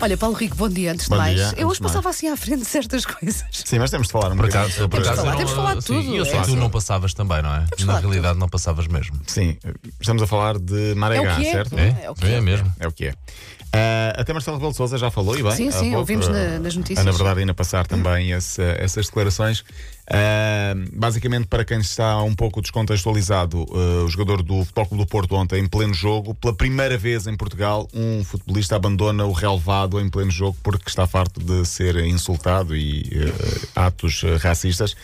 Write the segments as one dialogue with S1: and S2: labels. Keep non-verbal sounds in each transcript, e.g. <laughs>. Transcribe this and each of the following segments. S1: Olha, Paulo Rico, bom dia antes
S2: Bom
S1: de mais.
S2: dia,
S1: eu
S2: antes
S1: hoje
S2: de mais.
S1: passava assim à frente de certas <laughs> coisas.
S2: Sim, mas temos de falar um
S3: Por
S2: bocadinho.
S3: acaso, por
S1: Temos
S3: acaso,
S1: de falar,
S3: eu não-
S1: temos de falar de
S3: sim,
S1: tudo,
S3: Eu sei
S1: é
S3: que tu
S1: assim.
S3: não passavas também, não é?
S1: de
S3: Na
S1: falar de
S3: realidade, não passavas mesmo.
S2: Sim, estamos a falar de Maré
S1: É o
S2: Gás,
S1: que é.
S2: certo?
S1: É. o que
S3: é
S1: é.
S3: mesmo.
S2: É o que é. Ah, até Marcelo Rebelo de Sousa já falou e bem.
S1: Sim,
S2: há
S1: sim, ouvimos na- nas
S2: ah,
S1: notícias.
S2: Ana Bernardina passar também essa- essas declarações. Ah, basicamente, para quem está um pouco descontextualizado, ah, o jogador do Futebol Clube do Porto ontem, em pleno jogo, pela primeira vez em Portugal, um futebolista abandona o relevado em pleno jogo porque está farto de ser insultado e ah, atos ah, racistas.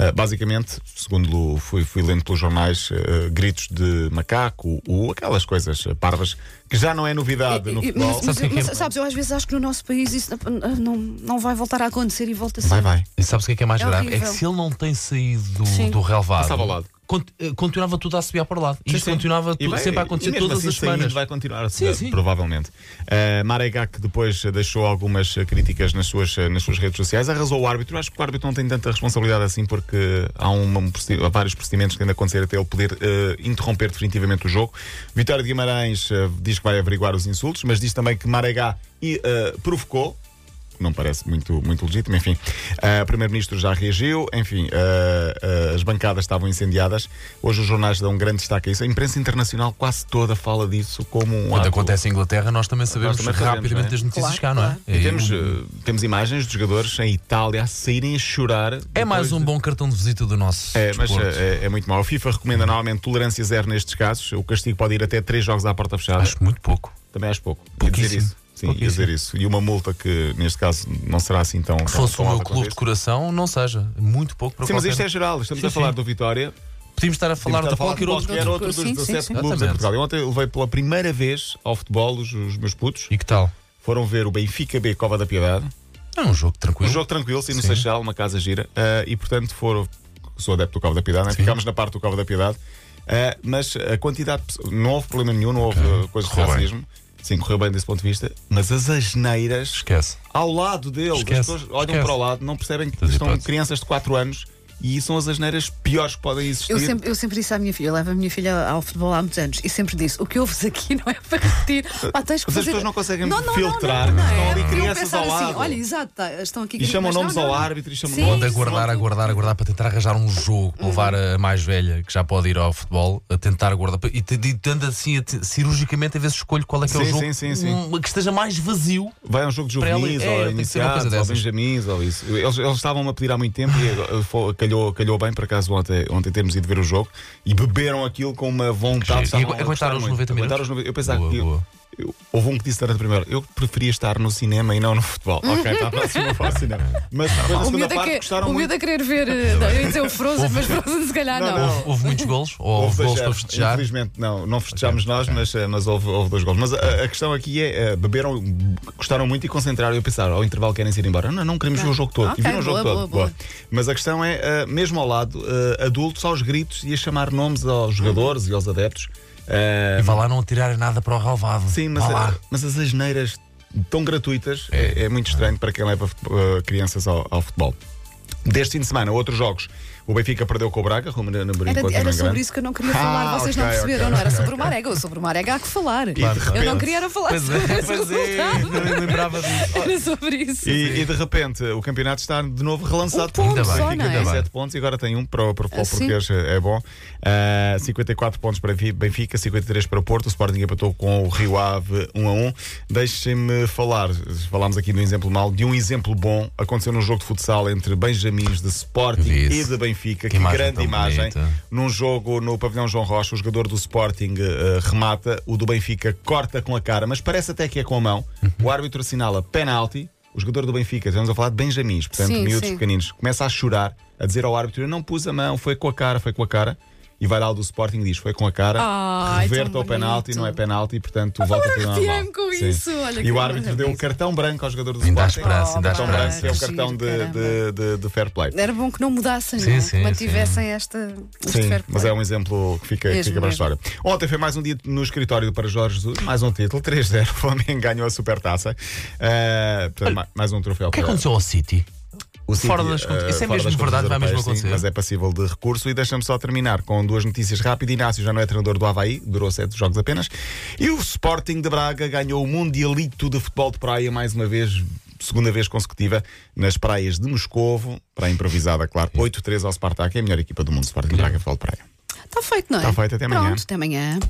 S2: Ah, basicamente, segundo o- fui, fui lendo pelos jornais, ah, gritos de macaco ou aquelas coisas ah, parvas que já não é novidade no
S1: E- e-
S2: futebol.
S1: mas, mas-
S3: Sabes o que é que é?
S1: mas, sabes, eu às vezes acho que no nosso país isso não, não, não vai voltar a acontecer e volta
S2: Vai,
S1: sempre.
S2: vai.
S3: E sabes o que é que é mais
S1: É
S3: grave? É que
S1: horrível.
S3: se ele não tem saído do,
S1: Sim.
S3: do relevado,
S2: Passava ao lado.
S3: cont- eh, continuava tudo a subir para o lado.
S2: Sim,
S3: Isto
S2: sim.
S3: continuava
S2: E
S3: tudo-
S2: vai-
S3: sempre a
S2: e
S3: acontecer
S2: mesmo
S3: todas
S2: assim,
S3: as
S2: saindo,
S3: semanas.
S2: vai continuar a
S3: Sim,
S2: ser,
S3: sim.
S2: provavelmente. Uh, Marega, que depois eh, deixou algumas eh, críticas nas suas, eh, nas suas redes sociais, arrasou o árbitro. Acho que o árbitro não tem tanta responsabilidade assim, porque há, uma- um procedi- há vários procedimentos que têm de acontecer até ele poder eh, interromper definitivamente o jogo. Vitória de Guimarães eh, diz que vai averiguar os insultos, mas diz também que Marega e, eh, provocou não parece muito, muito legítimo, enfim. Ah, o Primeiro-Ministro já reagiu, enfim, ah, ah, as bancadas estavam incendiadas. Hoje os jornais dão um grande destaque a isso. A imprensa internacional quase toda fala disso como um.
S3: Quando
S2: ato-
S3: acontece em Inglaterra, nós também sabemos
S2: também sabemos,
S3: rapidamente
S2: não é?
S3: das notícias
S1: Claro,
S3: cá, não é?
S1: claro.
S2: E
S3: É,
S2: temos,
S3: um-
S2: ah, temos imagens de jogadores em Itália a saírem a chorar.
S3: é
S2: depois
S3: mais um
S2: de-
S3: bom cartão de visita do nosso.
S2: É, mas
S3: desporto.
S2: é, é muito mau. A FIFA recomenda normalmente tolerância zero nestes casos. O castigo pode ir até três jogos à porta fechada.
S3: Acho muito pouco.
S2: Também acho pouco. Ia dizer
S3: Pouquíssimo.
S2: isso. Sim, ia
S3: Pouquíssimo.
S2: dizer isso. E uma multa que, neste caso, não será assim tão. tão-
S3: Se fosse o
S2: tão
S3: meu
S2: alta quanto
S3: clube de
S2: isso.
S3: coração, não seja. Muito pouco para
S2: Sim, mas
S3: qualquer-
S2: isto é geral. Estamos
S3: Sim,
S2: a falar
S3: sim.
S2: do Vitória.
S3: Podíamos estar a falar
S2: Podemos estar
S3: de
S2: a
S3: qualquer outro.
S2: qualquer outro dos
S1: Sim, sim,
S2: 17
S1: sim.
S2: clubes em
S3: Exatamente.
S2: Portugal. Eu ontem levei pela primeira vez ao futebol os, os meus putos.
S3: E que tal?
S2: Foram ver o Benfica B Cova da Piedade.
S3: É um jogo
S2: Um
S3: tranquilo.
S2: jogo tranquilo, sim, no
S3: Sim.
S2: Seixal, uma casa gira. Ah, e portanto foram. Sou adepto do Cova da Piedade, né? ficámos na parte do Cova da Piedade. Ah, mas a quantidade. de pessoas- Não houve problema nenhum, não houve ah, coisas de
S3: Correu bem.
S2: racismo. Sim, correu bem desse ponto de vista. Mas as asneiras
S3: Esquece.
S2: ao lado deles.
S3: Esquece,
S2: as pessoas olham
S3: esquece.
S2: para o lado, não percebem que
S3: Todas
S2: estão
S3: hipóteses.
S2: crianças de 4 anos e são as asneiras piores que podem existir.
S1: Eu sempre, eu sempre disse à minha filha, eu levo a minha filha ao futebol há muitos anos e sempre disse: o que ouves aqui <laughs> não é para repetir. Pá, tens que
S2: Mas
S1: fazer-
S2: as pessoas não conseguem
S1: Não, não, não,
S2: filtrar,
S1: não, não,
S2: estão
S1: é.
S2: ali
S1: Deviam
S2: crianças
S1: pensar
S2: ao
S1: Assim,
S2: lado.
S1: olha, exato, tá, estão aqui
S2: E chamam
S1: mas não,
S2: nomes
S1: não,
S2: ao
S1: não.
S2: árbitro e chamam
S1: Sim,
S2: nomes.
S3: Onde aguardar,
S2: Pronto.
S3: aguardar, aguardar para tentar arranjar um jogo para levar a mais velha, que já pode ir ao futebol, a tentar aguardar e te- e tendo assim a te- cirurgicamente a ver se escolho qual é que é o
S2: Sim,
S3: jogo
S2: sim, sim, sim.
S3: um, que esteja mais vazio.
S2: Vai a um jogo de
S3: Para ela-
S2: juvenis,
S3: é,
S2: ou
S3: tem que ser uma coisa
S2: iniciados, ou
S3: dessas.
S2: benjamins, ou isso. Eles, eles estavam-me a pedir há muito tempo e eh, foi- calhou, calhou bem, por acaso, ontem, ontem termos ido ver o jogo e beberam aquilo com uma vontade.
S3: Giro. E
S2: estavam a
S3: aguentaram
S2: gostar
S3: os
S2: muito.
S3: 90 minutos?
S2: Aguentaram os 90 Eu pensava
S3: Boa,
S2: que. eu-
S3: boa.
S2: eu- houve um que disse durante a primeira. Eu preferia estar no cinema e não no futebol. ok, tá,
S3: <laughs>
S2: está próximo, não faço cinema. Mas
S3: Tá
S2: depois na
S1: O
S2: segunda
S1: medo, é
S2: parte
S1: que,
S2: gostaram
S1: o
S2: muito.
S1: medo é querer
S2: <laughs>
S1: ver. eh, não, eu ia dizer o Frozen, mas Frozen se calhar
S2: Não,
S1: não.
S2: não.
S3: Houve, houve muitos golos, ou
S2: Houve
S3: houve
S2: dois
S3: golos para
S2: géneros.
S3: festejar.
S2: é, Infelizmente, não, não festejámos nós, mas, eh, mas houve, houve dois gols. Mas a, a questão aqui é: eh, beberam, gostaram muito e concentraram. Eu pensar, ao intervalo querem ir embora. Não, não queremos ver o jogo todo.
S1: Ok,
S2: e viram o jogo
S1: boa,
S2: todo.
S1: boa, boa.
S2: Mas a questão é: eh, mesmo ao lado, eh, adultos aos gritos e a chamar nomes
S1: Uhum.
S2: aos jogadores e aos adeptos. Eh,
S3: E vá lá não atirar nada para o relvado.
S2: sim, mas,
S3: vá lá.
S2: eh, mas as asneiras tão gratuitas é, é muito estranho para quem leva fute- eh, crianças ao, ao futebol. Deste fim de semana, outros jogos. O Benfica perdeu com o Braga, Rumo na, na
S1: Era,
S2: continua
S1: era sobre
S2: em grande.
S1: isso que eu não queria
S2: Ah,
S1: falar, vocês não
S2: ok,
S1: perceberam,
S2: ok,
S1: não era
S2: ok,
S1: sobre o Marega, eu sobre o Marega há que falar.
S2: de
S1: eu
S2: repente-
S1: não queria era falar
S3: Pois
S1: sobre
S3: é,
S1: esse
S3: pois é,
S1: resultado.
S3: não me lembrava
S1: <laughs>
S3: disso.
S1: Era sobre isso.
S2: E, e, de repente o campeonato está de novo relançado.
S1: Um ponto
S3: Ainda bem,
S1: só,
S3: ainda
S1: não é?
S3: bem.
S2: 57 pontos e agora tem um para, o- para o futebol
S1: Ah, sim.
S2: português, é bom. Ah, 54 pontos para Vi- Benfica, 53 para o Porto. O Sporting empatou com o Rio Ave 1 a 1. Deixem-me falar, falámos aqui de um exemplo mau, de um exemplo bom. Aconteceu num jogo de futsal entre Benjamins de Sporting
S3: Vi isso.
S2: e de Benfica.
S3: Que
S2: Que,
S3: imagem
S2: grande
S3: tão
S2: imagem.
S3: bonita.
S2: Num jogo no pavilhão João Rocha, o jogador do Sporting eh, remata, o do Benfica corta com a cara, mas parece até que é com a mão. O árbitro assinala penalti. O jogador do Benfica, estamos a falar de Benjamins, portanto,
S1: Sim,
S2: miúdos
S1: sim.
S2: pequeninos, começa a chorar, a dizer ao árbitro: Eu não pus a mão, foi com a cara, foi com a cara. E vai lá o do Sporting e diz: Foi com a cara,
S1: Ai,
S2: reverte
S1: tão
S2: ao penalti,
S1: bonito.
S2: não é penalti, portanto, volta tudo normal.
S1: arrepiei-me com
S2: Sim.
S1: isso, olha
S2: e
S1: que
S2: o árbitro deu um
S1: maravilha.
S2: cartão branco ao jogador do
S3: Ainda há
S2: Sporting.
S3: esperança, ainda há
S1: Oh,
S2: Cartão branco, que é o
S1: Giro,
S2: cartão de, de- de- de fair play.
S1: Era bom que não mudassem,
S3: Sim,
S1: não é?
S3: sim,
S1: que mantivessem esta. este
S2: Sim,
S1: fair play.
S2: mas é um exemplo que fica, que
S1: Mesmo,
S2: fica para a
S1: mesmo.
S2: história. Ontem foi mais um dia no escritório para Jorge Jesus, mais um título, 3-0. O <laughs> Flamengo ganhou a supertaça. Eh, portanto, ma- mais um troféu
S3: O que é que
S2: para-
S3: aconteceu ao City?
S2: O
S3: Fora
S2: City,
S3: das
S2: eh,
S3: contas- isso é
S2: fora
S3: mesmo
S2: das contas
S3: verdade, vai mesmo
S2: europeias, sim,
S3: acontecer.
S2: mas é passível de recurso. E deixa-me só terminar com duas notícias rápidas. Inácio já não é treinador do Havaí, durou sete jogos apenas. E o Sporting de Braga ganhou o Mundialito de Futebol de Praia mais uma vez. Segunda vez consecutiva nas praias de Moscovo, praia improvisada, claro. 8-3 ao Spartak, é a melhor equipa do mundo, Sporting de Braga, Futebol de Praia.
S1: Está feito, não é?
S2: Está feito, até amanhã.
S1: Pronto, até amanhã.